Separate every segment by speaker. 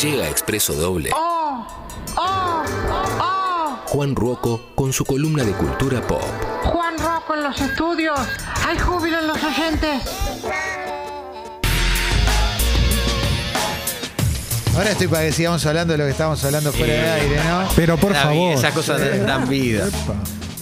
Speaker 1: Llega Expreso Doble.
Speaker 2: ¡Oh! ¡Oh! ¡Oh!
Speaker 1: Juan Ruoco con su columna de cultura pop.
Speaker 2: Juan Rocco en los estudios. Hay júbilo en los oyentes.
Speaker 3: Ahora estoy para que sigamos hablando de lo que estábamos hablando fuera del aire, ¿no?
Speaker 4: Pero por
Speaker 5: Da vi-
Speaker 4: favor.
Speaker 5: Esas cosas dan- dan vida.
Speaker 4: Epa.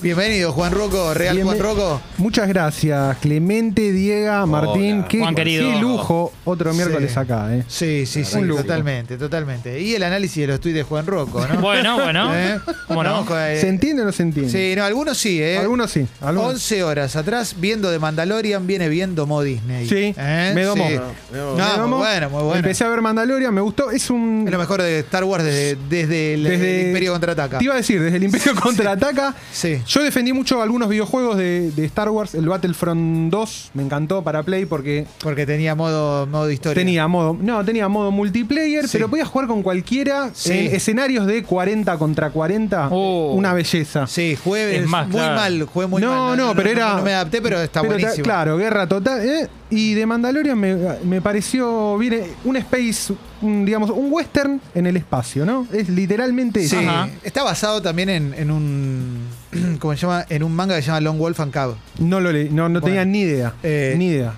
Speaker 3: Bienvenido, Juan Rocco, Real
Speaker 4: Bienve-
Speaker 3: Juan Rocco.
Speaker 4: Muchas gracias, Clemente, Diega, Martín. Qué,
Speaker 6: Juan querido.
Speaker 4: qué lujo otro miércoles
Speaker 3: Sí.
Speaker 4: acá, ¿eh?
Speaker 3: Sí, sí, sí,
Speaker 4: lujo.
Speaker 3: totalmente, totalmente. Y el análisis de los tuits de Juan Rocco, ¿no?
Speaker 6: Bueno, bueno.
Speaker 3: ¿Eh?
Speaker 6: ¿Cómo no?
Speaker 3: Vamos con el-
Speaker 4: ¿Se entiende o no se entiende?
Speaker 3: Sí, no, algunos sí, ¿eh?
Speaker 4: Algunos sí. Algunos.
Speaker 3: 11 horas atrás, viendo de Mandalorian, viene bien Domo Disney.
Speaker 4: Sí,
Speaker 3: ¿Eh?
Speaker 4: me domó.
Speaker 3: Sí.
Speaker 4: Me
Speaker 3: No,
Speaker 4: domó.
Speaker 3: muy bueno, muy bueno.
Speaker 4: Empecé a ver Mandalorian, me gustó. Es un.
Speaker 3: Es lo mejor de Star Wars desde, desde el, el Imperio Contraataca.
Speaker 4: Te iba a decir, desde el Imperio Contraataca.
Speaker 3: Sí.
Speaker 4: Yo defendí mucho algunos videojuegos de, de Star Wars. El Battlefront 2 me encantó para Play porque
Speaker 3: Porque tenía modo, modo historia.
Speaker 4: tenía modo. No, tenía modo multiplayer,
Speaker 3: Sí.
Speaker 4: pero podías jugar con cualquiera
Speaker 3: Sí.
Speaker 4: en escenarios de 40 contra 40.
Speaker 6: Oh.
Speaker 4: Una belleza.
Speaker 3: Sí, jugué
Speaker 6: Es más,
Speaker 3: muy
Speaker 6: claro.
Speaker 3: mal, jugué muy
Speaker 4: No,
Speaker 3: mal.
Speaker 4: no, pero era-
Speaker 3: No me adapté, pero está
Speaker 4: Pero ta-
Speaker 3: buenísimo.
Speaker 4: Claro, guerra total. ¿eh? Y de Mandalorian me, me pareció bien eh, un space, un, digamos, un western en el espacio, ¿no? Es literalmente
Speaker 3: Sí.
Speaker 4: eso.
Speaker 6: Ajá.
Speaker 3: Está basado también en, en un. ¿Cómo se llama? En un manga que se llama Long Wolf and Cub.
Speaker 4: No lo leí, no, no tenía ni idea.
Speaker 3: Eh,
Speaker 4: ni idea.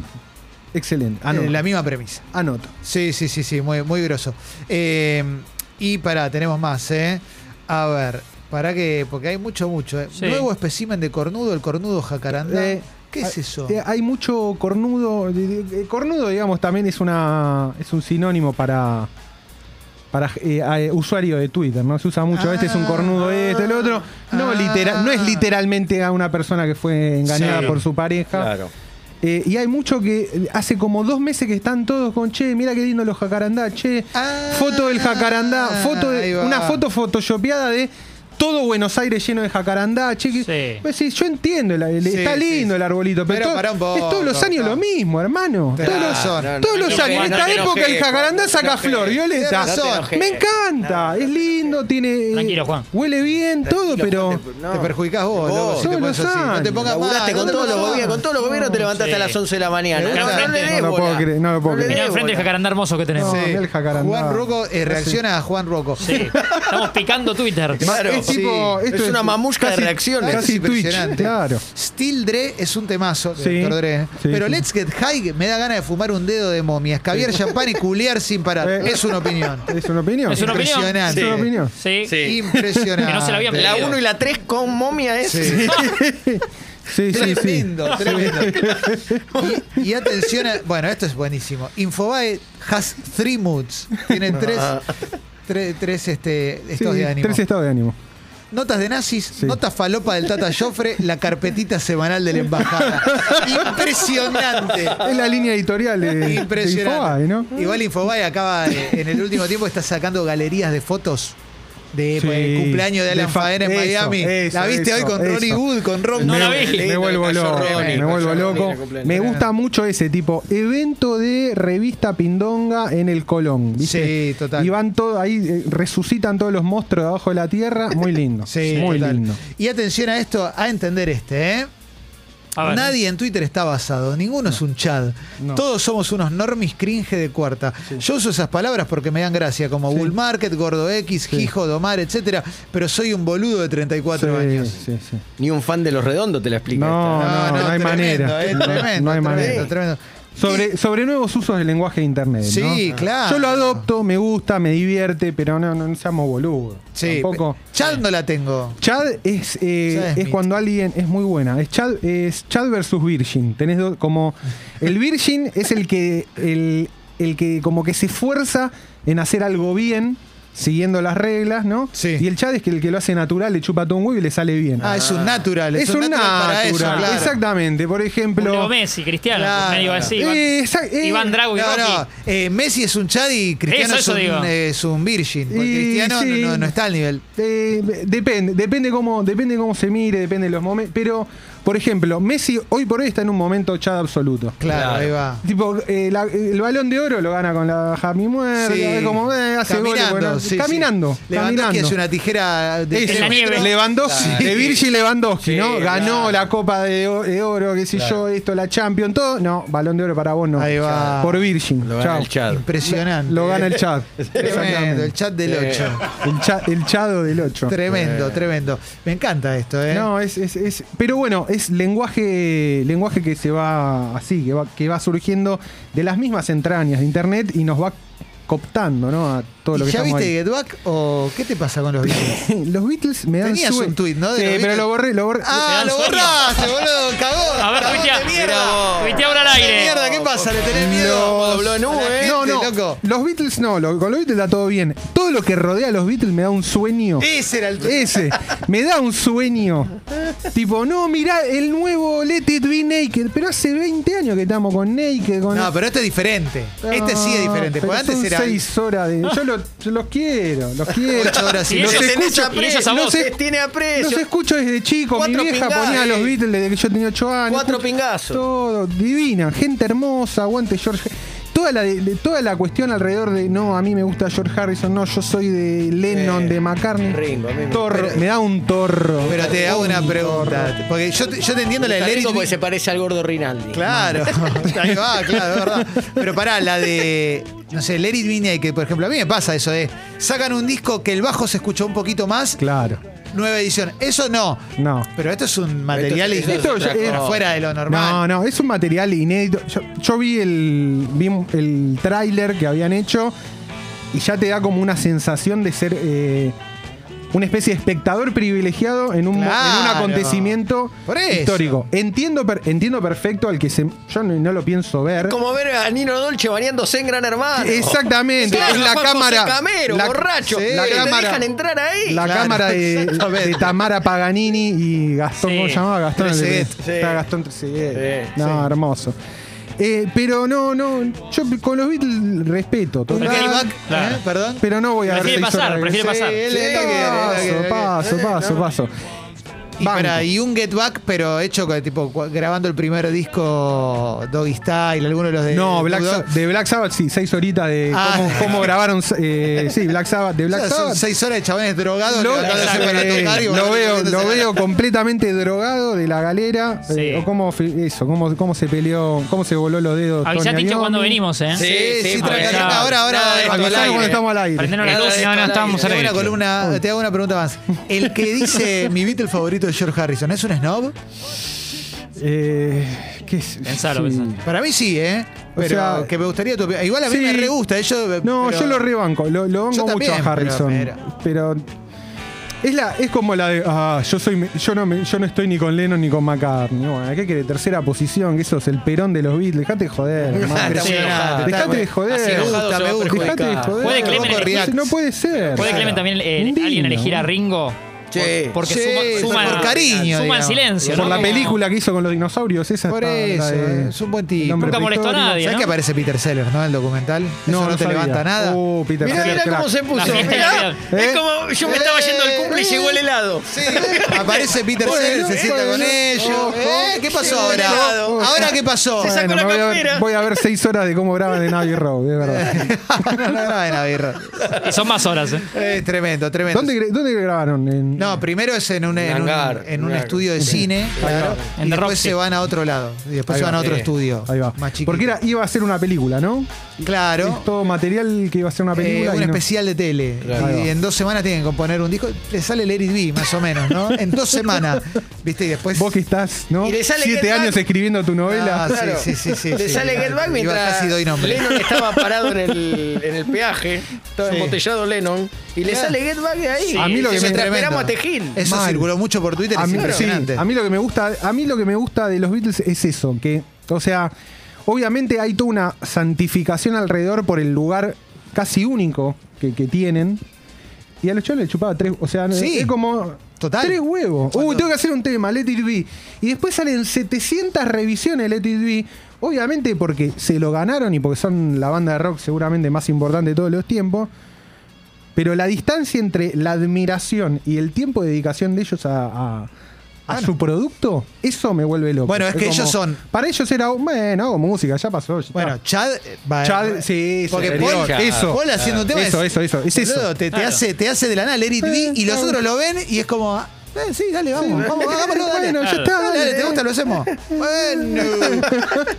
Speaker 4: Excelente. Ah, Anoto.
Speaker 3: Eh, la misma premisa.
Speaker 4: Anoto.
Speaker 3: Sí, sí, sí, sí, muy, muy groso. Eh, y pará, tenemos más, ¿eh? A ver, para que. Porque hay mucho, mucho. ¿eh?
Speaker 6: Sí.
Speaker 3: Nuevo espécimen de cornudo, el cornudo jacarandá.
Speaker 4: Eh,
Speaker 3: Ah, ¿Qué es eso?
Speaker 4: Eh, hay mucho cornudo. de- de- eh, Cornudo, digamos, también es una. es un sinónimo para. Para eh, a- eh, usuario de Twitter, ¿no? Se usa mucho,
Speaker 3: Ah.
Speaker 4: este es un cornudo, este, el otro. No,
Speaker 3: Ah.
Speaker 4: litera- no es literalmente a una persona que fue engañada
Speaker 3: Sí.
Speaker 4: por su pareja. Eh, y hay mucho que eh, hace como dos meses que están todos con, che, mira qué lindo los jacarandá, che,
Speaker 3: Ah,
Speaker 4: foto del jacarandá, foto de-
Speaker 3: ahí va.
Speaker 4: una foto photoshopeada de todo Buenos Aires lleno de jacarandá, che. que-
Speaker 6: Sí.
Speaker 4: Pues sí, yo entiendo, la- el-
Speaker 3: Sí,
Speaker 4: está
Speaker 3: sí,
Speaker 4: lindo
Speaker 3: sí.
Speaker 4: el arbolito, pero,
Speaker 3: Pero
Speaker 4: todo-
Speaker 3: pará un poco,
Speaker 4: es todos los años
Speaker 3: no.
Speaker 4: lo mismo, hermano.
Speaker 3: Tenés
Speaker 4: Todos los,
Speaker 3: razón.
Speaker 5: no, no,
Speaker 4: todos
Speaker 5: no
Speaker 4: los
Speaker 5: te
Speaker 4: años,
Speaker 5: enojes,
Speaker 4: en
Speaker 5: no
Speaker 4: esta
Speaker 5: te
Speaker 4: época el
Speaker 5: enojes,
Speaker 4: jacarandá
Speaker 5: no te
Speaker 4: saca
Speaker 5: enojes.
Speaker 4: flor, Violeta.
Speaker 3: Tenés razón.
Speaker 4: Me encanta, es lindo, tiene... eh,
Speaker 6: Tranquilo, Juan.
Speaker 4: Huele bien, todo, pero...
Speaker 3: Te perjudicás vos,
Speaker 5: Vos,
Speaker 3: loco, si te
Speaker 4: todos
Speaker 3: pones
Speaker 4: los
Speaker 3: así. No te
Speaker 4: años.
Speaker 3: pongas mal.
Speaker 5: Laburaste
Speaker 3: Ah, no
Speaker 5: con
Speaker 3: te
Speaker 5: todos los
Speaker 3: pongas mal.
Speaker 5: gobiernos, con todos los gobiernos te levantaste
Speaker 6: Sí.
Speaker 5: a las 11 de la mañana.
Speaker 3: Acá
Speaker 5: No, no
Speaker 6: enfrente.
Speaker 5: le des
Speaker 4: No lo puedo
Speaker 5: bola.
Speaker 4: creer, no lo puedo
Speaker 5: le
Speaker 4: creer.
Speaker 6: Mirá
Speaker 5: des
Speaker 6: enfrente el
Speaker 5: bola.
Speaker 6: jacarandá hermoso que tenemos.
Speaker 4: No,
Speaker 3: Sí.
Speaker 4: mirá el jacarandá.
Speaker 3: Juan Rocco eh, reacciona a Juan Rocco.
Speaker 6: Sí. Estamos picando Twitter.
Speaker 5: Claro.
Speaker 4: Es tipo-
Speaker 5: Sí.
Speaker 4: esto
Speaker 5: Es
Speaker 4: es
Speaker 5: una mamusca de
Speaker 4: casi-
Speaker 5: reacciones.
Speaker 4: Casi Twitch,
Speaker 3: Impresionante.
Speaker 4: claro.
Speaker 3: Steel Dre es un temazo,
Speaker 4: Sí,
Speaker 3: doctor Dre.
Speaker 4: sí,
Speaker 3: pero
Speaker 4: sí.
Speaker 3: Let's Get High me da ganas de fumar un dedo de momia, escabiar champán y culiar sin parar.
Speaker 4: Eh.
Speaker 3: Es una opinión.
Speaker 4: ¿Es una opinión?
Speaker 6: Es una opinión.
Speaker 3: Impresionante.
Speaker 4: Es una opinión.
Speaker 6: Sí.
Speaker 5: Sí.
Speaker 3: Impresionante.
Speaker 6: Que no se la había
Speaker 5: La
Speaker 6: pedido.
Speaker 5: 1 y la 3 con momia es.
Speaker 3: Sí.
Speaker 4: Sí, sí, sí.
Speaker 3: Tremendo, tremendo. Y, y atención a- Bueno, esto es buenísimo. Infobae has three moods. Tiene tres, tre- tres este,
Speaker 4: Ah. Sí,
Speaker 3: estados de ánimo.
Speaker 4: Tres estados de ánimo.
Speaker 3: Notas de nazis,
Speaker 4: Sí.
Speaker 3: notas falopa del Tata Joffre, la carpetita semanal de la embajada. Impresionante.
Speaker 4: Es la línea editorial de, Eh, de
Speaker 3: Impresionante.
Speaker 4: Infobae, ¿no?
Speaker 3: Igual Infobae acaba eh, en el último tiempo está sacando galerías de fotos de
Speaker 4: Sí.
Speaker 3: pues, el cumpleaños de Alan
Speaker 4: De fa-
Speaker 3: Faena en
Speaker 4: eso,
Speaker 3: Miami.
Speaker 4: eso,
Speaker 3: la viste
Speaker 4: eso,
Speaker 3: hoy con Ronnie
Speaker 4: eso.
Speaker 3: Wood, con Ron
Speaker 6: No la
Speaker 3: Wood.
Speaker 6: vi.
Speaker 4: Me
Speaker 5: Lindo,
Speaker 4: vuelvo
Speaker 5: cayó
Speaker 4: loco,
Speaker 5: Ronnie,
Speaker 4: me vuelvo
Speaker 5: cayó Ronnie,
Speaker 4: loco.
Speaker 5: le cumplen.
Speaker 4: Me gusta mucho ese tipo. Evento de revista Pindonga en el Colón. ¿viste?
Speaker 3: Sí, total.
Speaker 4: Y van todo, ahí eh, resucitan todos los monstruos de abajo de la tierra. Muy lindo.
Speaker 3: Sí,
Speaker 4: muy
Speaker 3: total.
Speaker 4: lindo.
Speaker 3: Y atención a esto, a entender este, ¿eh?
Speaker 6: A ver.
Speaker 3: Nadie en Twitter está basado, ninguno es un chad.
Speaker 4: No.
Speaker 3: Todos somos unos normis cringe de cuarta. Yo uso esas palabras porque me dan gracia, como
Speaker 4: Sí.
Speaker 3: Bull Market, Gordo X, Hijo, Domar, etcétera, pero soy un boludo de 34
Speaker 4: Sí,
Speaker 3: años.
Speaker 4: sí, sí.
Speaker 5: Ni un fan de los redondos te la explica.
Speaker 4: No,
Speaker 5: esta.
Speaker 4: no, no hay
Speaker 3: tremendo,
Speaker 4: manera.
Speaker 3: eh,
Speaker 4: No,
Speaker 3: tremendo,
Speaker 4: no hay
Speaker 3: tremendo,
Speaker 4: manera.
Speaker 3: tremendo.
Speaker 4: Sobre, sobre nuevos usos del lenguaje de internet.
Speaker 3: Sí,
Speaker 4: ¿no?
Speaker 3: claro.
Speaker 4: Yo lo adopto, me gusta, me divierte, pero no, no, no seamos boludos.
Speaker 3: Sí,
Speaker 4: Tampoco.
Speaker 3: Chad no la tengo.
Speaker 4: Chad es, eh,
Speaker 3: Chad es
Speaker 4: es,
Speaker 3: mi-
Speaker 4: cuando alguien es muy buena. Es Chad, es Chad versus Virgin. Tenés dos- como. El Virgin es el que. El, el que como que se esfuerza en hacer algo bien, siguiendo las reglas, ¿no?
Speaker 3: Sí.
Speaker 4: Y el Chad es que el que lo hace natural, le chupa todo un huevo y le sale bien.
Speaker 3: Ah, es un natural, es,
Speaker 4: es un
Speaker 3: para eso,
Speaker 4: natural.
Speaker 3: claro.
Speaker 4: Exactamente. Por
Speaker 6: Leo
Speaker 4: ejemplo.
Speaker 6: Messi, Cristiano, pues
Speaker 3: Claro.
Speaker 6: medio así. Iván,
Speaker 4: Eh, exa- eh,
Speaker 6: Iván Drago y
Speaker 3: No,
Speaker 6: Rocky.
Speaker 3: no, eh, Messi es un Chad y Cristiano
Speaker 6: Eso, eso
Speaker 3: es,
Speaker 6: digo.
Speaker 3: un, eh, es un Virgin. Porque
Speaker 4: Y
Speaker 3: Cristiano
Speaker 4: sí.
Speaker 3: no, no está al nivel.
Speaker 4: Eh, depende, depende cómo, depende cómo se mire, depende de los momentos. Pero Por ejemplo, Messi hoy por hoy está en un momento chad absoluto.
Speaker 3: Claro, ahí va.
Speaker 4: Tipo, eh, la- el balón de oro lo gana con la Jami Muerta,
Speaker 3: Sí.
Speaker 4: como eh, hace goles, bueno,
Speaker 3: sí, sí.
Speaker 4: caminando.
Speaker 3: Lewandowski
Speaker 4: caminando.
Speaker 3: es una tijera de
Speaker 4: Es
Speaker 6: En la
Speaker 3: metros.
Speaker 6: nieve.
Speaker 4: Lewandowski,
Speaker 3: Claro.
Speaker 4: de Virgil Lewandowski,
Speaker 5: Sí,
Speaker 4: ¿no? Ganó
Speaker 5: claro.
Speaker 4: la Copa de, O- de Oro, qué sé yo, esto, la Champions, todo. No, balón de oro para vos no.
Speaker 3: Ahí va.
Speaker 4: Por Virgil.
Speaker 5: Lo gana
Speaker 4: Chao.
Speaker 5: el Chad.
Speaker 3: Impresionante.
Speaker 4: Lo gana el Chad.
Speaker 3: Tremendo, el
Speaker 4: Exactamente.
Speaker 3: chat del 8.
Speaker 4: El, Cha- el Chado del 8.
Speaker 3: Tremendo, tremendo. Me encanta esto, ¿eh?
Speaker 4: No, es, es- es- Pero bueno, es lenguaje, lenguaje que se va así, que va, que va surgiendo de las mismas entrañas de internet y nos va cooptando, ¿no? A todo lo
Speaker 3: ¿Y
Speaker 4: que
Speaker 3: ¿Ya
Speaker 4: estamos
Speaker 3: viste
Speaker 4: ahí.
Speaker 3: Get Back o qué te pasa con los Beatles?
Speaker 4: Los Beatles me dan
Speaker 3: Tenías
Speaker 4: sue-
Speaker 3: un tuit, ¿no? de
Speaker 4: Sí,
Speaker 3: los
Speaker 4: pero
Speaker 3: Beatles.
Speaker 4: lo borré, lo borré.
Speaker 3: ¡Ah,
Speaker 6: dan
Speaker 3: lo
Speaker 6: sueño.
Speaker 3: borraste, boludo! ¡Cagó!
Speaker 6: A ver,
Speaker 3: cagón
Speaker 6: tuitea.
Speaker 3: de mierda!
Speaker 6: Mira, tuitea ahora al
Speaker 3: ¡De
Speaker 6: aire.
Speaker 3: mierda! ¿Qué pasa? ¿Le tenés miedo?
Speaker 5: Lo dobló en U, ¿eh?
Speaker 4: No, no.
Speaker 3: este, loco.
Speaker 4: Los Beatles no, lo- con los Beatles está todo bien. Todo lo que rodea a los Beatles me da un sueño.
Speaker 3: Ese era el tuit.
Speaker 4: Ese, me da un sueño. Tipo, no, mirá, el nuevo Let It Be Naked. Pero hace 20 años que estamos con Naked. Con
Speaker 3: No, pero este es diferente. Este sí es diferente.
Speaker 4: Pero
Speaker 3: Porque antes
Speaker 4: son
Speaker 3: era.
Speaker 4: seis horas de. Yo, lo- yo los quiero, los quiero.
Speaker 3: Ocho horas y
Speaker 4: los
Speaker 6: ellos en
Speaker 4: escucho,
Speaker 6: esa- y ellos a
Speaker 4: los
Speaker 6: vos.
Speaker 4: es-
Speaker 5: Tiene aprecio.
Speaker 4: los escucho desde chico.
Speaker 5: Cuatro
Speaker 4: Mi vieja
Speaker 5: pingadas,
Speaker 4: ponía a los
Speaker 5: eh.
Speaker 4: Beatles desde que yo tenía 8 años.
Speaker 5: Cuatro
Speaker 4: Escucho
Speaker 5: pingazos.
Speaker 4: Todo, divina, gente hermosa, aguante George. Toda la, de- de- toda la cuestión alrededor de no, a mí me gusta George Harrison, no, yo soy de Lennon,
Speaker 5: Eh,
Speaker 4: de McCartney.
Speaker 5: Ringo, a mí me-
Speaker 4: Torro, me da un torro.
Speaker 3: Pero te hago una pregunta. Porque yo, te- yo te entiendo la de
Speaker 5: Está
Speaker 3: Let It
Speaker 5: rico
Speaker 3: Be-
Speaker 5: porque se parece al gordo Rinaldi.
Speaker 3: Claro, ahí va, claro, es verdad. Pero pará, la de, no sé, Larry Vinia, que por ejemplo, a mí me pasa eso, de sacan un disco que el bajo se escuchó un poquito más,
Speaker 4: Claro,
Speaker 3: nueva edición. Eso no.
Speaker 4: no.
Speaker 3: Pero esto es un material
Speaker 5: Esto es-
Speaker 3: inédito,
Speaker 4: esto es-
Speaker 3: fuera de lo
Speaker 4: No,
Speaker 3: normal.
Speaker 4: no, es un material inédito. Yo, yo vi el, vi un- el tráiler que habían hecho y ya te da como una sensación de ser eh, una especie de espectador privilegiado en un, mo- en un
Speaker 3: Claro.
Speaker 4: acontecimiento
Speaker 3: Por eso.
Speaker 4: histórico. Entiendo, per- entiendo perfecto al que se, yo no, no lo pienso ver.
Speaker 5: Como ver a Nino Dolce bañándose en Gran Hermano.
Speaker 4: Exactamente,
Speaker 5: Claro,
Speaker 4: es la
Speaker 5: Juan José
Speaker 4: cámara.
Speaker 5: Camero,
Speaker 4: la,
Speaker 5: borracho.
Speaker 4: sí,
Speaker 5: que
Speaker 4: la
Speaker 5: te
Speaker 4: cámara,
Speaker 5: dejan entrar ahí.
Speaker 4: la
Speaker 3: Claro,
Speaker 4: cámara de,
Speaker 3: exactamente.
Speaker 4: de Tamara Paganini y Gastón,
Speaker 6: Sí.
Speaker 4: ¿cómo se llamaba? Gastón el de-
Speaker 3: Trezeguet.
Speaker 5: Sí.
Speaker 4: Está Gastón Trezeguet.
Speaker 5: Sí.
Speaker 4: No, hermoso. Eh, pero no, no, yo con los Beatles respeto
Speaker 3: Un
Speaker 4: total,
Speaker 6: Claro.
Speaker 3: playback,
Speaker 6: Claro.
Speaker 3: ¿eh? Perdón.
Speaker 4: pero no voy a
Speaker 6: Prefiere
Speaker 4: ver seis
Speaker 6: pasar,
Speaker 4: horas.
Speaker 6: prefiere pasar.
Speaker 4: Sí,
Speaker 3: Sí,
Speaker 4: paso,
Speaker 3: que- que- que-
Speaker 4: paso,
Speaker 3: eh,
Speaker 4: paso,
Speaker 3: no.
Speaker 4: paso.
Speaker 3: Y,
Speaker 4: Banco.
Speaker 3: pará, y un Get Back, pero hecho con, tipo cu- grabando el primer disco Doggy Style, alguno de los de.
Speaker 4: No,
Speaker 3: de
Speaker 4: Black
Speaker 3: Dog.
Speaker 4: Sabbath, de Black Sabbath, sí, seis horitas de
Speaker 3: Ah.
Speaker 4: cómo, cómo grabaron. eh, sí, Black Sabbath, de
Speaker 3: O sea,
Speaker 4: Black
Speaker 3: son
Speaker 4: Sabbath.
Speaker 3: seis horas de chabones drogados
Speaker 4: Lo,
Speaker 3: levantándose
Speaker 4: eh,
Speaker 3: para tocar y
Speaker 4: lo
Speaker 3: volviendo
Speaker 4: veo,
Speaker 3: a
Speaker 4: lo
Speaker 3: hacer-
Speaker 4: veo completamente drogado de la galera.
Speaker 6: Sí.
Speaker 4: eh, o cómo fi- eso, cómo, cómo se peleó, cómo se voló los dedos.
Speaker 6: Avisá,
Speaker 4: Tony
Speaker 6: Tincho,
Speaker 4: Iommi.
Speaker 6: cuando venimos, ¿eh?
Speaker 5: Sí,
Speaker 3: Sí, sí,
Speaker 5: sí,
Speaker 3: tranca,
Speaker 6: porque
Speaker 3: tranca,
Speaker 6: ya-
Speaker 3: ahora, ahora.
Speaker 5: nada de
Speaker 3: eh,
Speaker 5: esto al
Speaker 4: Avisá
Speaker 5: aire.
Speaker 4: cuando estamos al aire.
Speaker 6: Prendenos la
Speaker 5: Nada
Speaker 6: luz,
Speaker 5: de
Speaker 6: no, no,
Speaker 5: esto al
Speaker 6: estábamos
Speaker 3: Te hago,
Speaker 6: al
Speaker 3: una
Speaker 6: aire.
Speaker 3: columna, te hago una pregunta más. El que dice mi Beatle favorito es George Harrison, ¿es un snob?
Speaker 4: Eh, ¿qué es?
Speaker 6: Pensalo, pensalo.
Speaker 3: Para mí sí, ¿eh?
Speaker 4: O
Speaker 3: Pero
Speaker 4: sea,
Speaker 3: que me gustaría tu opinión. Igual a mí
Speaker 4: sí.
Speaker 3: me re gusta. eh, yo-
Speaker 4: No,
Speaker 3: pero-
Speaker 4: yo lo rebanco, lo, lo banco
Speaker 3: Yo
Speaker 4: mucho
Speaker 3: también,
Speaker 4: a Harrison.
Speaker 3: pero-
Speaker 4: Pero, es la es como la de ah, yo soy yo no me- yo no estoy ni con Lennon ni con McCartney. Bueno, ¿qué quiere? Tercera posición, que sos el perón de los Beatles, dejate de joder, hermano.
Speaker 3: Está muy enojado, está
Speaker 4: Dejate
Speaker 3: muy-
Speaker 4: de
Speaker 5: Así
Speaker 4: joder.
Speaker 3: Me
Speaker 5: enojado
Speaker 3: gusta,
Speaker 5: se va
Speaker 3: me
Speaker 5: a
Speaker 3: gusta.
Speaker 4: Dejate de
Speaker 5: perjudicar.
Speaker 4: joder.
Speaker 6: Puede Clemen
Speaker 4: No,
Speaker 6: elegir-
Speaker 4: No puede ser.
Speaker 6: ¿Puede Clemen también eh,
Speaker 4: Indigno.
Speaker 6: alguien elegir a Ringo?
Speaker 5: Sí.
Speaker 6: Por- Porque
Speaker 3: Sí,
Speaker 6: suma, suma,
Speaker 3: por cariño,
Speaker 6: suma en
Speaker 3: digamos.
Speaker 6: silencio.
Speaker 4: Por
Speaker 6: ¿no?
Speaker 4: la
Speaker 6: Como-
Speaker 4: película que hizo con los dinosaurios, esa
Speaker 3: Por
Speaker 4: está-
Speaker 3: eso,
Speaker 4: la de-
Speaker 3: es un buen tipo.
Speaker 4: El hombre
Speaker 6: Nunca molestó a
Speaker 4: prehistórico.
Speaker 6: nadie.
Speaker 3: ¿Sabes
Speaker 6: ¿no?
Speaker 3: que aparece Peter Sellers, no? El documental. No, no, te
Speaker 4: sabía.
Speaker 3: levanta nada.
Speaker 4: Oh, Peter
Speaker 5: Mirá,
Speaker 4: Sellers,
Speaker 5: mirá
Speaker 4: crack.
Speaker 5: cómo se
Speaker 6: La
Speaker 5: puso.
Speaker 6: fiesta
Speaker 5: Mirá,
Speaker 6: inicial.
Speaker 5: es
Speaker 4: ¿Eh?
Speaker 5: como yo me estaba yendo al cumple y llegó el helado.
Speaker 3: Sí, aparece Peter
Speaker 4: Bueno,
Speaker 3: Sellers, se sienta con
Speaker 4: bueno,
Speaker 3: ellos.
Speaker 4: ojo.
Speaker 3: ¿Eh? ¿Qué pasó
Speaker 5: Llegó
Speaker 3: ahora?
Speaker 5: helado.
Speaker 3: ¿Ahora qué pasó?
Speaker 5: Se sacó
Speaker 4: me
Speaker 5: la
Speaker 4: voy, a ver,
Speaker 5: campera.
Speaker 4: voy a ver seis horas de cómo graban en Abbey Road, de verdad.
Speaker 3: no, no, no, no,
Speaker 6: Y son más horas, ¿eh?
Speaker 3: Es tremendo, tremendo.
Speaker 4: ¿Dónde, gra- dónde grabaron? En-
Speaker 3: No, primero es en un, en un,
Speaker 5: hangar,
Speaker 3: en un
Speaker 5: claro.
Speaker 3: estudio de cine. claro,
Speaker 6: En
Speaker 3: y
Speaker 6: The
Speaker 3: después
Speaker 6: Roxy.
Speaker 3: se van a otro lado. Y después
Speaker 4: Ahí
Speaker 3: se
Speaker 4: va.
Speaker 3: van a otro
Speaker 5: Sí.
Speaker 3: estudio.
Speaker 4: Eh, Ahí va.
Speaker 3: Más chiquito.
Speaker 4: Porque era, iba a ser una película, ¿no?
Speaker 3: Claro.
Speaker 4: Es todo material que iba a ser una
Speaker 3: eh,
Speaker 4: película.
Speaker 3: un
Speaker 4: y no-
Speaker 3: especial de tele.
Speaker 5: Claro.
Speaker 3: Y en dos semanas tienen que componer un disco. Le sale el Eric B, más o menos, ¿no? En dos semanas. ¿Viste? Y después.
Speaker 4: Vos que estás, ¿no?
Speaker 5: Y le sale
Speaker 4: Siete
Speaker 5: Get
Speaker 4: años
Speaker 5: Back.
Speaker 4: escribiendo tu novela.
Speaker 3: Ah,
Speaker 5: Claro.
Speaker 3: sí, sí, sí, sí, sí.
Speaker 5: Le sale Get Back
Speaker 3: Iba
Speaker 5: mientras
Speaker 3: casi doy nombre.
Speaker 5: Lennon estaba parado en el, en el peaje. Estaba
Speaker 3: Sí.
Speaker 5: embotellado Lennon. Y le
Speaker 3: Claro.
Speaker 5: sale Get Back de ahí.
Speaker 4: A mí lo que
Speaker 5: Dice,
Speaker 4: me-
Speaker 5: "Te esperamos a
Speaker 3: Tremendo.
Speaker 5: Tejil.
Speaker 3: Eso
Speaker 4: Mal.
Speaker 3: circuló mucho por Twitter.
Speaker 4: a
Speaker 3: es
Speaker 4: mí, sí,
Speaker 3: impresionante.
Speaker 4: a mí lo que me gusta, a mí lo que me gusta de los Beatles es eso, que, o sea, obviamente hay toda una santificación alrededor por el lugar casi único que, que tienen. Y a los chavales les chupaba tres, o sea,
Speaker 3: Sí.
Speaker 4: es como
Speaker 3: Total.
Speaker 4: tres huevos.
Speaker 3: Cuando-
Speaker 4: Uy, tengo que hacer un tema, Let It Be. Y después salen 700 revisiones de Let It Be. Obviamente porque se lo ganaron y porque son la banda de rock seguramente más importante de todos los tiempos. Pero la distancia entre la admiración y el tiempo de dedicación de ellos a, a- a su producto, eso me vuelve loco.
Speaker 3: Bueno, es que ellos son-
Speaker 4: Para ellos era, bueno, hago música, ya pasó. ya
Speaker 3: Bueno,
Speaker 4: está.
Speaker 3: Chad. eh, va-
Speaker 4: Chad, sí,
Speaker 3: Porque
Speaker 4: superior.
Speaker 3: Paul,
Speaker 4: Eso.
Speaker 3: Paul haciendo un tema
Speaker 4: Eso, eso, eso, es eso.
Speaker 3: Boludo, Te, te hace, te hace de la nada Let It Be, y los
Speaker 4: claro.
Speaker 3: otros lo ven y es como. ah, eh, sí, dale, vamos, vamos, hagámoslo, dale.
Speaker 4: Bueno, ya está,
Speaker 3: Dale,
Speaker 4: dale,
Speaker 3: dale, ¿te
Speaker 4: eh.
Speaker 3: gusta? Lo hacemos. Bueno.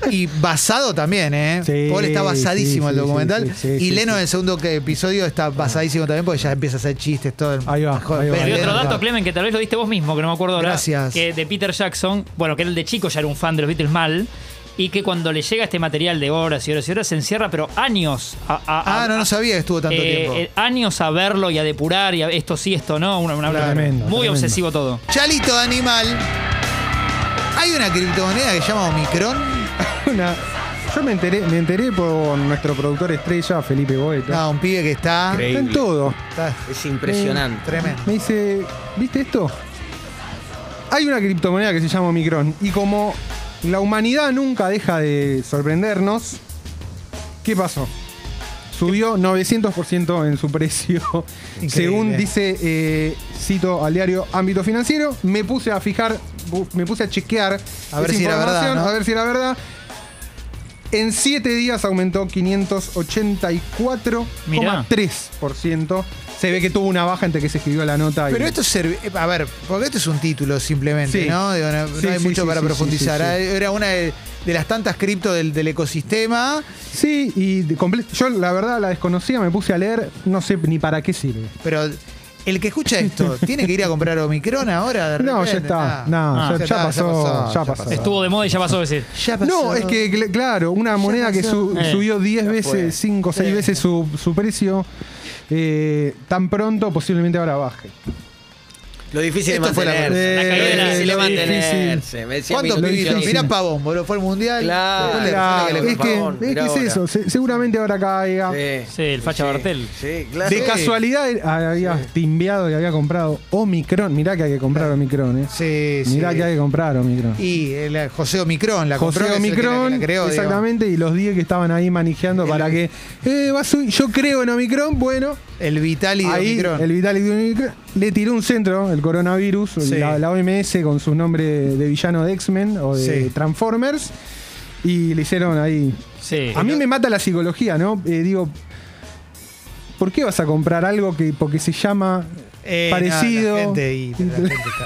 Speaker 3: Y basado también, ¿eh?
Speaker 4: Sí,
Speaker 3: Paul está basadísimo
Speaker 4: sí,
Speaker 3: el
Speaker 4: sí,
Speaker 3: documental.
Speaker 4: sí, sí, sí,
Speaker 3: y
Speaker 4: sí,
Speaker 3: Leno
Speaker 4: sí.
Speaker 3: en el segundo que- episodio está basadísimo también porque ya empieza a hacer chistes todo el.
Speaker 4: Ahí va, ahí va.
Speaker 3: ven,
Speaker 6: Y
Speaker 4: Bien,
Speaker 6: otro
Speaker 3: ven,
Speaker 6: dato,
Speaker 3: va.
Speaker 6: Clemen, que tal vez lo diste vos mismo, que no me acuerdo ahora.
Speaker 3: Gracias.
Speaker 6: Que de Peter Jackson, bueno, que él de chico ya era un fan de los Beatles mal. Y que cuando le llega este material de horas y horas y horas, se encierra, pero años a, a-
Speaker 3: Ah,
Speaker 6: a-
Speaker 3: no, no sabía que estuvo tanto
Speaker 6: eh,
Speaker 3: tiempo.
Speaker 6: eh, años a verlo y a depurar y a esto sí, esto no. Una, una-
Speaker 3: Claro.
Speaker 4: Tremendo,
Speaker 6: muy
Speaker 4: tremendo.
Speaker 6: obsesivo todo.
Speaker 3: Chalito de animal. Hay una criptomoneda que se llama Omicron.
Speaker 4: Una- yo me enteré, me enteré por nuestro productor estrella, Felipe Boeta.
Speaker 3: No, Ah, un pibe que está.
Speaker 5: Increíble.
Speaker 4: Está en todo.
Speaker 3: está
Speaker 5: Es impresionante.
Speaker 3: tremendo.
Speaker 4: Me dice, ¿viste esto? Hay una criptomoneda que se llama Omicron. Y como la humanidad nunca deja de sorprendernos, ¿qué pasó? Subió 900% en su precio.
Speaker 3: Increíble.
Speaker 4: Según dice, eh, cito al diario Ámbito Financiero, me puse a fijar, bu- me puse a chequear.
Speaker 3: A ver
Speaker 4: esa
Speaker 3: si era verdad,
Speaker 4: información,
Speaker 3: ¿no?
Speaker 4: A ver si era verdad. En 7 días aumentó 584,3%. Se ve que tuvo una baja entre que se escribió la nota. y-
Speaker 3: Pero esto serve. eh, A ver, porque esto es un título simplemente,
Speaker 4: Sí.
Speaker 3: ¿no? Digo, no, no
Speaker 4: Sí,
Speaker 3: hay
Speaker 4: sí,
Speaker 3: mucho
Speaker 4: sí,
Speaker 3: para
Speaker 4: sí,
Speaker 3: profundizar.
Speaker 4: sí, sí,
Speaker 3: Era una de, de las tantas cripto del, del ecosistema,
Speaker 4: Sí, y de- comple- yo la verdad la desconocía, me puse a leer, no sé ni para qué sirve.
Speaker 3: pero el que escucha esto, ¿tiene que ir a comprar Omicron ahora? de
Speaker 4: No, ya
Speaker 3: repente?
Speaker 4: está.
Speaker 3: Nah.
Speaker 4: No,
Speaker 6: Ah,
Speaker 4: ya,
Speaker 3: ya
Speaker 4: ya
Speaker 3: está,
Speaker 4: pasó,
Speaker 3: ya pasó,
Speaker 4: ya
Speaker 3: ya
Speaker 4: pasó.
Speaker 3: pasó.
Speaker 6: Estuvo de moda y ya pasó a decir.
Speaker 3: Ya pasó.
Speaker 4: No, es que, cl- claro, una moneda que su-
Speaker 6: Eh,
Speaker 4: subió 10
Speaker 5: ya fue.
Speaker 4: veces, 5 o 6 veces su, su precio, eh, tan pronto posiblemente ahora baje.
Speaker 5: Lo difícil es
Speaker 3: Esto fue la-
Speaker 5: mantenerse.
Speaker 4: eh,
Speaker 5: La caída
Speaker 4: lo
Speaker 5: era difícil de
Speaker 4: difícil.
Speaker 5: mantenerse. Me decía mi
Speaker 3: ¿Cuántos
Speaker 4: lo
Speaker 5: novia,
Speaker 3: pibitos?
Speaker 4: difícil.
Speaker 3: Mirá Pavón, boludo, fue el mundial.
Speaker 5: Claro.
Speaker 3: Después Ah, le-
Speaker 5: Claro,
Speaker 3: le-
Speaker 4: es
Speaker 3: le-
Speaker 4: que,
Speaker 5: por favor,
Speaker 4: es que
Speaker 5: mirá
Speaker 4: es
Speaker 5: ahora.
Speaker 4: eso, se- seguramente ahora caiga.
Speaker 6: Sí, el facha Bartel.
Speaker 5: Sí, claro.
Speaker 4: De
Speaker 3: Sí.
Speaker 4: casualidad eh, había timbeado y había comprado Omicron. Mirá que hay que comprar Omicron, eh.
Speaker 3: Sí, sí.
Speaker 4: Mirá que hay que comprar Omicron.
Speaker 3: Y el José Omicron, la compró,
Speaker 4: José
Speaker 3: que es el que la- que la
Speaker 4: Omicron,
Speaker 3: creó, digamos.
Speaker 4: exactamente, y los 10 que estaban ahí manejando para que, eh, va a subir, yo creo en Omicron, bueno,
Speaker 3: El Vitali de
Speaker 4: ahí
Speaker 3: Omicron.
Speaker 4: el Vitalik de Omicron le tiró un centro, el coronavirus,
Speaker 3: Sí.
Speaker 4: la, la OMS con su nombre de villano de X-Men o de
Speaker 3: Sí.
Speaker 4: Transformers, y le hicieron
Speaker 3: Eh,
Speaker 4: ahí.
Speaker 6: Sí.
Speaker 3: Ah,
Speaker 4: A mí me mata la psicología, ¿no? Eh, digo, ¿por qué vas a comprar algo que porque se llama...
Speaker 3: Eh, no,
Speaker 4: parecido.
Speaker 3: la gente, y- la gente está,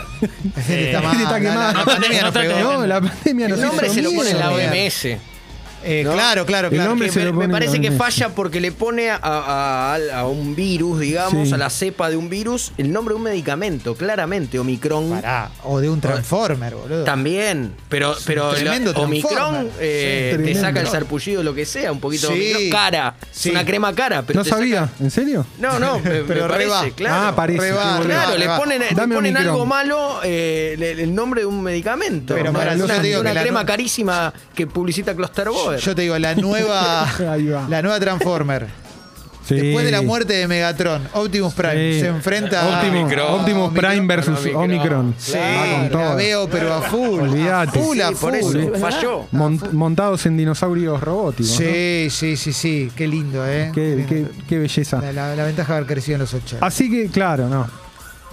Speaker 3: la gente está
Speaker 6: Eh,
Speaker 3: mal,
Speaker 4: está
Speaker 3: la-
Speaker 4: quemada.
Speaker 3: La, la pandemia nos
Speaker 6: No traten-
Speaker 3: pegó.
Speaker 4: No, la pandemia nos
Speaker 5: El nombre
Speaker 4: hizo
Speaker 5: se lo pone
Speaker 4: mierda.
Speaker 5: la
Speaker 3: mierda.
Speaker 5: OMS.
Speaker 3: Eh,
Speaker 5: ¿no?
Speaker 3: Claro, claro,
Speaker 4: El
Speaker 3: claro.
Speaker 4: hombre
Speaker 5: Que
Speaker 4: se
Speaker 5: me,
Speaker 4: lo
Speaker 5: me
Speaker 4: pone
Speaker 5: parece
Speaker 4: la
Speaker 5: que
Speaker 4: OMS.
Speaker 5: falla porque le pone a, a- a- a un virus, digamos,
Speaker 4: Sí.
Speaker 5: a la cepa de un virus, el nombre de un medicamento, claramente, Omicron.
Speaker 3: Pará, o de un Transformer, boludo.
Speaker 5: También, pero, pero el
Speaker 3: tremendo
Speaker 5: Omicron
Speaker 3: Transformer.
Speaker 5: eh,
Speaker 4: Sí,
Speaker 5: te
Speaker 4: tremendo.
Speaker 5: saca el sarpullido, lo que sea, un poquito de
Speaker 3: Sí.
Speaker 5: Omicron. Cara,
Speaker 3: Sí.
Speaker 5: es una crema cara. Pero
Speaker 4: No
Speaker 5: te saca-
Speaker 4: sabía, ¿en serio?
Speaker 5: No, no, me,
Speaker 3: Pero
Speaker 5: me
Speaker 3: re
Speaker 5: parece,
Speaker 3: va.
Speaker 5: claro.
Speaker 4: Ah, parece.
Speaker 3: Re va,
Speaker 4: sí, boludo.
Speaker 3: re
Speaker 5: Claro, le
Speaker 3: va.
Speaker 5: ponen, le
Speaker 4: Dame
Speaker 5: ponen
Speaker 4: Omicron.
Speaker 5: algo malo eh, le- el, nombre de un medicamento.
Speaker 3: Pero
Speaker 5: Una-
Speaker 3: para
Speaker 5: una,
Speaker 3: eso te digo
Speaker 5: una
Speaker 3: que la
Speaker 5: crema
Speaker 3: no-
Speaker 5: carísima que publicita Cluster Boer.
Speaker 3: Yo te digo, la nueva,
Speaker 4: Ahí va.
Speaker 3: la nueva Transformer.
Speaker 4: Sí.
Speaker 3: Después de la muerte de Megatron, Optimus Prime
Speaker 4: Sí.
Speaker 3: se enfrenta
Speaker 4: Optimus,
Speaker 3: a
Speaker 4: Optimus Prime versus
Speaker 5: Omicron.
Speaker 4: Omicron.
Speaker 3: Sí,
Speaker 4: Va con
Speaker 3: la
Speaker 4: todo.
Speaker 3: veo, pero a full.
Speaker 4: Olvídate.
Speaker 3: A full, a
Speaker 5: Sí, por eso,
Speaker 3: full.
Speaker 5: falló.
Speaker 4: Mont- montados en dinosaurios robóticos.
Speaker 3: Sí, sí, sí, sí. Qué lindo, ¿eh?
Speaker 4: ¿no? Qué, qué- qué belleza.
Speaker 3: La, la- la ventaja de haber crecido en los 80.
Speaker 4: Así que, claro, no.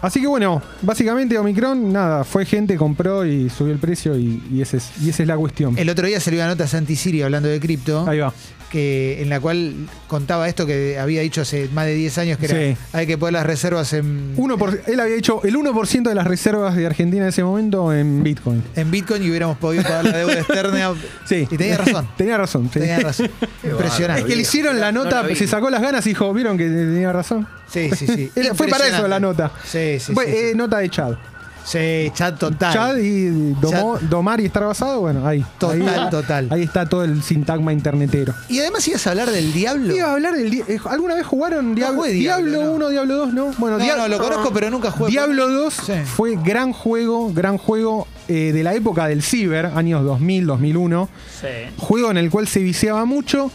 Speaker 4: Así que bueno, básicamente Omicron, nada, fue gente, compró y subió el precio y, y ese es- y esa es la cuestión.
Speaker 3: El otro día salió una nota a Santi Siri hablando de cripto.
Speaker 4: Ahí va.
Speaker 3: que en la cual contaba esto que había dicho hace más de 10 años que era,
Speaker 4: Sí.
Speaker 3: hay que poner las reservas en,
Speaker 4: Uno por- él había hecho el 1% de las reservas de Argentina en ese momento en Bitcoin.
Speaker 3: en Bitcoin y hubiéramos podido pagar la deuda externa.
Speaker 4: Sí.
Speaker 3: Y tenía razón.
Speaker 4: tenía razón. sí.
Speaker 3: Tenía razón. Impresionante.
Speaker 4: Es que le hicieron la
Speaker 5: No
Speaker 4: nota,
Speaker 5: la vi.
Speaker 4: se sacó las ganas y dijo, ¿vieron que tenía razón?
Speaker 3: Sí, sí, sí.
Speaker 4: Era- fue para eso la nota.
Speaker 3: Sí, sí,
Speaker 4: Fue,
Speaker 3: sí,
Speaker 4: eh,
Speaker 3: sí.
Speaker 4: Nota de Chad.
Speaker 3: Sí, chat total.
Speaker 4: Chad y domó-
Speaker 3: Chad.
Speaker 4: domar y estar basado, bueno, ahí.
Speaker 3: Total,
Speaker 4: ahí,
Speaker 3: total.
Speaker 4: Ahí está todo el sintagma internetero.
Speaker 3: Y además ibas a hablar del diablo.
Speaker 4: Iba a hablar del. di- eh, ¿Alguna vez jugaron Diablo,
Speaker 3: jugué Diablo,
Speaker 4: Diablo,
Speaker 3: no.
Speaker 4: 1, Diablo 2? No, bueno,
Speaker 3: No,
Speaker 4: Dia-
Speaker 3: no, lo conozco, pero nunca jugué.
Speaker 4: Diablo 2
Speaker 3: Sí.
Speaker 4: fue gran juego, gran juego eh, de la época del ciber, años 2000, 2001.
Speaker 6: Sí.
Speaker 4: Juego en el cual se viciaba mucho.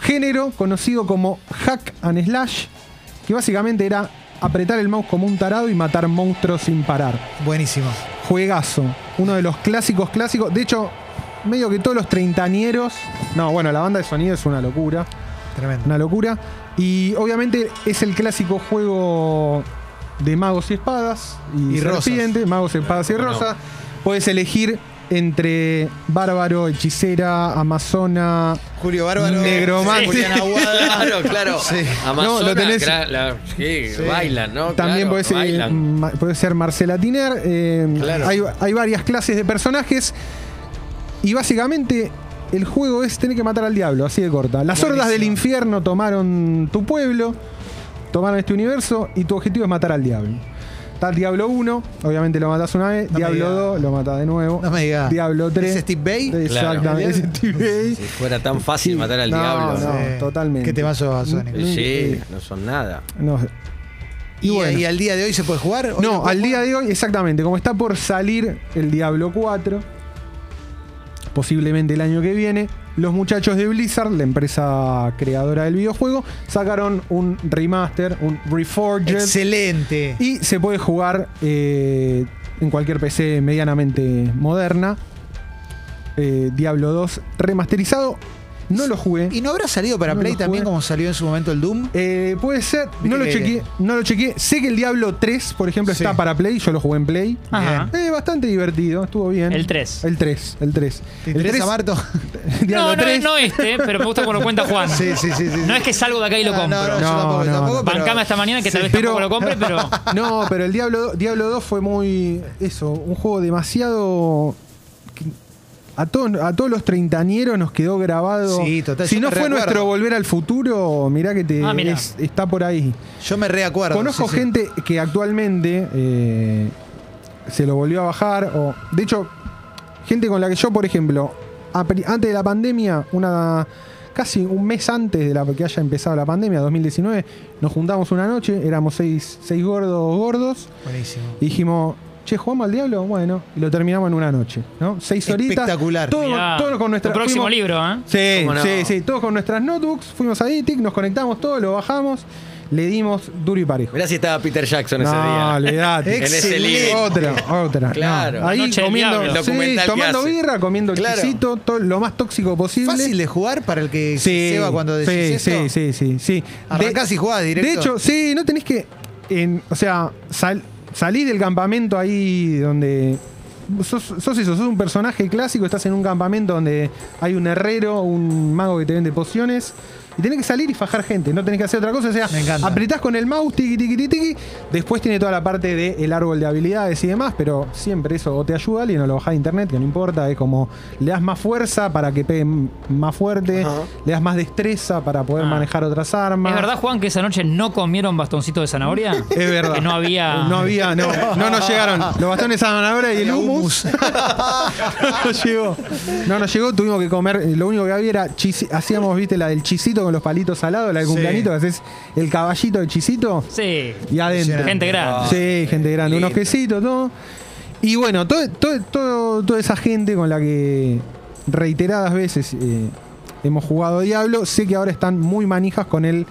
Speaker 4: Género conocido como hack and slash, que básicamente era apretar el mouse como un tarado y matar monstruos sin parar.
Speaker 3: Buenísimo.
Speaker 4: Juegazo. Uno de los clásicos clásicos. De hecho, medio que todos los treintañeros. No, bueno, la banda de sonido es una locura.
Speaker 3: Tremendo.
Speaker 4: Una locura. Y obviamente es el clásico juego de magos y espadas y,
Speaker 3: Y rosas.
Speaker 4: serpientes, magos, espadas y rosas. Puedes elegir entre bárbaro, hechicera, amazona,
Speaker 3: Julio Bárbaro.
Speaker 4: Negromante.
Speaker 3: Julián Aguada.
Speaker 7: Claro, claro.
Speaker 3: Sí.
Speaker 7: Amazonas,
Speaker 4: No, lo tenés-
Speaker 7: cla- la- sí,
Speaker 3: Sí.
Speaker 7: bailan, ¿no?
Speaker 4: También
Speaker 7: Claro,
Speaker 4: Mm. puede, ser,
Speaker 7: bailan.
Speaker 4: ma- puede ser Marcela Tiner. eh,
Speaker 7: Claro.
Speaker 4: hay, hay varias clases de personajes. Y básicamente el juego es tener que matar al diablo, así de corta. Las hordas del infierno tomaron tu pueblo, tomaron este universo y tu objetivo es matar al diablo. Está Diablo 1, obviamente lo matas una vez.
Speaker 3: No me
Speaker 4: Diablo
Speaker 3: digas.
Speaker 4: 2, lo matas de nuevo.
Speaker 3: No me digas.
Speaker 4: Diablo 3.
Speaker 3: ¿Es Steve Bay?
Speaker 7: Claro.
Speaker 4: Exactamente. es Steve Bay.
Speaker 5: Si fuera tan fácil matar al
Speaker 4: No,
Speaker 5: diablo.
Speaker 4: no.
Speaker 3: Sí.
Speaker 4: totalmente.
Speaker 3: ¿Qué temazo, Sonic?
Speaker 5: Eh, Sí,
Speaker 4: Eh,
Speaker 5: no son nada.
Speaker 4: No,
Speaker 3: Y,
Speaker 4: Y bueno.
Speaker 3: y al día de hoy se puede jugar? ¿Hoy se
Speaker 4: No,
Speaker 3: puede
Speaker 4: al día
Speaker 3: jugar?
Speaker 4: de hoy, exactamente. Como está por salir el Diablo 4, posiblemente el año que viene, los muchachos de Blizzard, la empresa creadora del videojuego, sacaron un remaster, un Reforged.
Speaker 3: Excelente.
Speaker 4: Y se puede jugar eh, en cualquier PC medianamente moderna. Eh, Diablo 2 remasterizado. No lo jugué.
Speaker 3: ¿Y no habrá salido para
Speaker 4: No
Speaker 3: Play
Speaker 4: lo
Speaker 3: también
Speaker 4: jugué.
Speaker 3: como salió en su momento el Doom?
Speaker 4: Eh, puede ser, no lo
Speaker 3: que-
Speaker 4: chequeé, no lo chequeé. Sé que el Diablo 3, por ejemplo,
Speaker 3: Sí.
Speaker 4: está para Play, yo lo jugué en Play.
Speaker 6: Ajá.
Speaker 4: Eh, bastante divertido, estuvo bien.
Speaker 6: El 3.
Speaker 4: El 3, el 3.
Speaker 3: ¿Te interesa, Marto?
Speaker 6: No,
Speaker 4: Diablo
Speaker 6: no,
Speaker 4: 3.
Speaker 6: no este, pero me gusta cuando lo cuenta Juan.
Speaker 3: sí, sí, sí, sí.
Speaker 6: No es que salgo de acá y lo
Speaker 3: No,
Speaker 6: compro.
Speaker 3: No, no, yo
Speaker 4: No,
Speaker 3: tampoco,
Speaker 4: no,
Speaker 3: tampoco,
Speaker 4: no.
Speaker 3: pero-
Speaker 6: Bancame hasta mañana que tal vez
Speaker 4: pero-
Speaker 6: tampoco lo compre, pero.
Speaker 4: No, pero el Diablo, do- Diablo 2 fue muy. Eso, un juego demasiado. que A, todos- a todos los treintañeros nos quedó grabado.
Speaker 3: Sí, total,
Speaker 4: si
Speaker 3: yo
Speaker 4: no
Speaker 3: me
Speaker 4: fue
Speaker 3: reacuerdo.
Speaker 4: nuestro volver al futuro, mirá que te
Speaker 6: Ah, mirá.
Speaker 4: es- está por ahí.
Speaker 3: Yo me reacuerdo.
Speaker 4: Conozco
Speaker 3: sí, sí.
Speaker 4: gente que actualmente eh, se lo volvió a bajar. O, de hecho, gente con la que yo, por ejemplo, a pri- antes de la pandemia, una casi un mes antes de la que haya empezado la pandemia, 2019, nos juntamos una noche, éramos seis, seis gordos gordos,
Speaker 3: Buenísimo.
Speaker 4: y dijimos, che, ¿jugamos al diablo? Bueno, y lo terminamos en una noche, ¿no? Seis horitas.
Speaker 3: Espectacular.
Speaker 4: Todo,
Speaker 6: Mirá,
Speaker 4: todo con nuestra
Speaker 6: tu próximo
Speaker 4: fuimos-
Speaker 6: libro, ¿eh?
Speaker 4: Sí,
Speaker 5: ¿Cómo no?
Speaker 4: sí, sí. Todos con nuestras notebooks, fuimos a ITIC, nos conectamos todos, lo bajamos, le dimos duro y parejo.
Speaker 5: Mirá si estaba Peter Jackson ese
Speaker 4: No,
Speaker 5: día.
Speaker 4: olvidate.
Speaker 5: En ese libro.
Speaker 4: Otra, otra.
Speaker 5: Claro.
Speaker 4: No. Ahí
Speaker 6: Noche del
Speaker 4: comiendo,
Speaker 6: Diablo.
Speaker 4: sí,
Speaker 5: El documental que
Speaker 4: tomando
Speaker 5: hace.
Speaker 4: birra, comiendo
Speaker 5: Claro.
Speaker 4: chisito, todo lo más tóxico posible.
Speaker 3: Fácil de jugar para el que se va cuando
Speaker 4: sí,
Speaker 3: decís
Speaker 4: sí,
Speaker 3: esto.
Speaker 4: sí, sí, sí.
Speaker 3: Arrancás y jugás directo.
Speaker 4: De hecho, sí, no tenés que. en- o sea, sal, salís del campamento ahí donde. Sos, sos eso, sos un personaje clásico, estás en un campamento donde hay un herrero, un mago que te vende pociones. Y tenés que salir y fajar gente, no tenés que hacer otra cosa. O sea,
Speaker 3: Me encanta.
Speaker 4: apretás con el mouse, tiqui, tiqui, tiqui, tiqui. Después tiene toda la parte del árbol de habilidades y demás, pero siempre eso o te ayuda alguien o lo bajás de internet, que no importa. Es como le das más fuerza para que pegue m- más fuerte, le das más destreza para poder
Speaker 6: Ah.
Speaker 4: manejar otras armas.
Speaker 6: ¿Es verdad, Juan, que esa noche no comieron bastoncito de zanahoria?
Speaker 4: Es verdad.
Speaker 6: Que no había.
Speaker 4: Eh, No había, no. No nos llegaron. Los bastones de zanahoria y el
Speaker 3: Había
Speaker 4: hummus. no nos llegó. No nos llegó, tuvimos que comer. eh, Lo único que había era. chisi- Hacíamos, viste, la del chisito con los palitos salados, la del
Speaker 3: Sí.
Speaker 4: cumplanito, que haces el caballito de chisito
Speaker 6: Sí.
Speaker 4: y adentro.
Speaker 6: Gente grande.
Speaker 4: Sí, gente grande. Unos quesitos, todo. Y bueno, todo, todo- todo- toda esa gente con la que reiteradas veces eh, hemos jugado Diablo, sé que ahora están muy manijas con el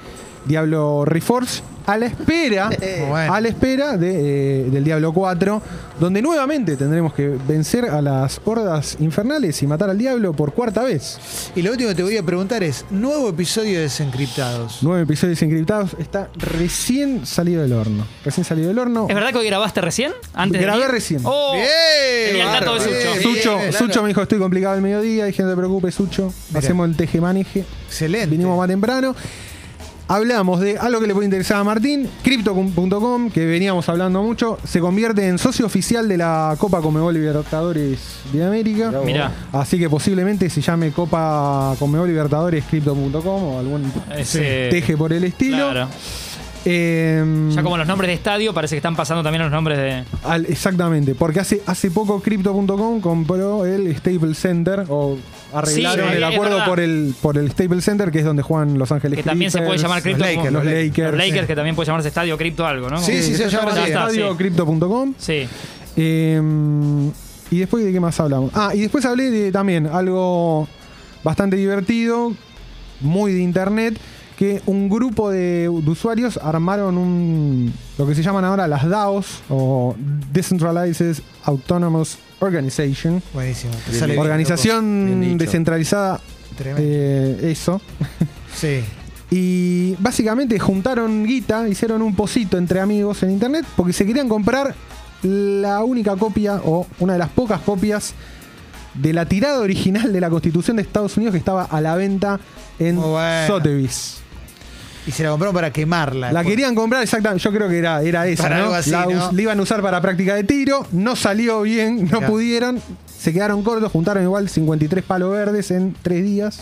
Speaker 4: Diablo Reforce a la espera,
Speaker 3: Bueno.
Speaker 4: a la espera de, eh, del Diablo 4, donde nuevamente tendremos que vencer a las hordas infernales y matar al diablo por cuarta vez.
Speaker 3: Y lo último que te voy a preguntar es, nuevo episodio de Desencriptados.
Speaker 4: Nueve episodios encriptados, está recién salido del horno. Recién salido del horno.
Speaker 6: ¿Es verdad que hoy grabaste recién? Antes de
Speaker 4: Grabé
Speaker 6: venir?
Speaker 4: recién.
Speaker 6: ¡Oh! Tenía el dato de
Speaker 3: bárbaro.
Speaker 6: Sucho.
Speaker 3: Bien.
Speaker 4: Sucho,
Speaker 3: Eh, claro.
Speaker 4: Sucho me dijo, estoy complicado el mediodía, dije, no te preocupes, Sucho,
Speaker 3: Mirá.
Speaker 4: hacemos el tejemaneje,
Speaker 3: Excelente.
Speaker 4: vinimos más temprano. Hablamos de algo que le puede interesar a Martín, Crypto.com, que veníamos hablando mucho, se convierte en socio oficial de la Copa Comebol Libertadores de América.
Speaker 6: Mirá.
Speaker 4: Así que posiblemente se llame Copa Comebol Libertadores Crypto.com o algún
Speaker 6: Ese-
Speaker 4: teje por el estilo.
Speaker 6: Claro.
Speaker 4: Em,
Speaker 6: Ya como los nombres de estadio, parece que están pasando también los nombres de.
Speaker 4: Al- exactamente, porque hace, hace poco Crypto.com compró el Staple Center o arreglaron
Speaker 6: Sí,
Speaker 4: el
Speaker 6: es
Speaker 4: acuerdo
Speaker 6: verdad.
Speaker 4: por el, por el Staple Center, que es donde juegan Los Ángeles
Speaker 6: Que también se puede
Speaker 4: Clippers,
Speaker 6: llamar Crypto.
Speaker 4: Los Lakers, los Lakers,
Speaker 6: Los Lakers,
Speaker 4: sí.
Speaker 6: que también puede llamarse estadio cripto algo, ¿no?
Speaker 3: Sí,
Speaker 6: Como-
Speaker 3: sí, se llama
Speaker 6: Ya
Speaker 3: así.
Speaker 6: está,
Speaker 4: Estadio
Speaker 6: sí.
Speaker 4: Crypto.com.
Speaker 6: Sí.
Speaker 4: Eh, y después de qué más hablamos. Ah, y después hablé de también algo bastante divertido, muy de internet, que un grupo de, de usuarios armaron un lo que se llaman ahora las DAOs o Decentralized Autonomous Organization.
Speaker 3: Buenísimo. te sale bien,
Speaker 4: organización eh,
Speaker 5: Bien dicho.
Speaker 4: descentralizada.
Speaker 3: loco. Tremendo.
Speaker 4: eh, eso.
Speaker 3: Sí.
Speaker 4: Y básicamente juntaron guita, hicieron un pocito entre amigos en internet, porque se querían comprar la única copia o una de las pocas copias de la tirada original de la Constitución de Estados Unidos que estaba a la venta en
Speaker 3: Muy bueno.
Speaker 4: Sotheby's.
Speaker 3: Y se la compraron para quemarla.
Speaker 4: La
Speaker 3: Pues,
Speaker 4: querían comprar exactamente, yo creo que era, era esa,
Speaker 3: Para
Speaker 4: ¿no?
Speaker 3: algo así,
Speaker 4: la, us-
Speaker 3: ¿no?
Speaker 4: la iban a usar para práctica de tiro, no salió bien, no
Speaker 3: Mirá.
Speaker 4: pudieron, se quedaron cortos, juntaron igual 53 palos verdes en tres días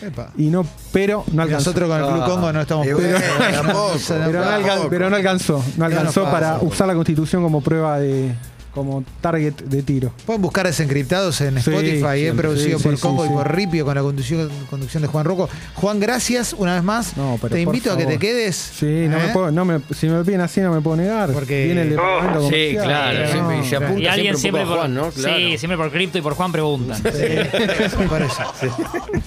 Speaker 3: epa.
Speaker 4: y no, pero no
Speaker 3: Y
Speaker 4: alcanzó.
Speaker 3: nosotros con el Club Congo no estamos
Speaker 7: Y bueno, tampoco,
Speaker 4: Pero no, alcan-
Speaker 7: Tampoco.
Speaker 4: pero no alcanzó, no alcanzó
Speaker 3: pasa,
Speaker 4: para
Speaker 3: boludo.
Speaker 4: usar la constitución como prueba de como target de tiro.
Speaker 3: Pueden buscar desencriptados en
Speaker 4: Sí,
Speaker 3: Spotify, eh,
Speaker 4: siempre,
Speaker 3: producido
Speaker 4: sí,
Speaker 3: por
Speaker 4: sí,
Speaker 3: Congo
Speaker 4: sí,
Speaker 3: y
Speaker 4: sí.
Speaker 3: por Ripio con la conducción, conducción de Juan Rocco. Juan, gracias una vez más.
Speaker 4: No, pero
Speaker 3: te
Speaker 4: por
Speaker 3: invito a que
Speaker 4: favor.
Speaker 3: te quedes.
Speaker 4: Sí, no me
Speaker 3: ¿eh?
Speaker 4: puedo, no me- si me lo piden así no me puedo negar.
Speaker 3: Porque-
Speaker 4: viene el
Speaker 3: Oh,
Speaker 4: departamento
Speaker 5: Sí,
Speaker 4: comercial.
Speaker 5: claro.
Speaker 4: No,
Speaker 5: siempre- y se apunta
Speaker 6: Y alguien
Speaker 5: siempre,
Speaker 6: siempre
Speaker 5: un poco a Juan, ¿no? Claro.
Speaker 6: Sí, siempre por cripto y por Juan preguntan.
Speaker 3: Por eso.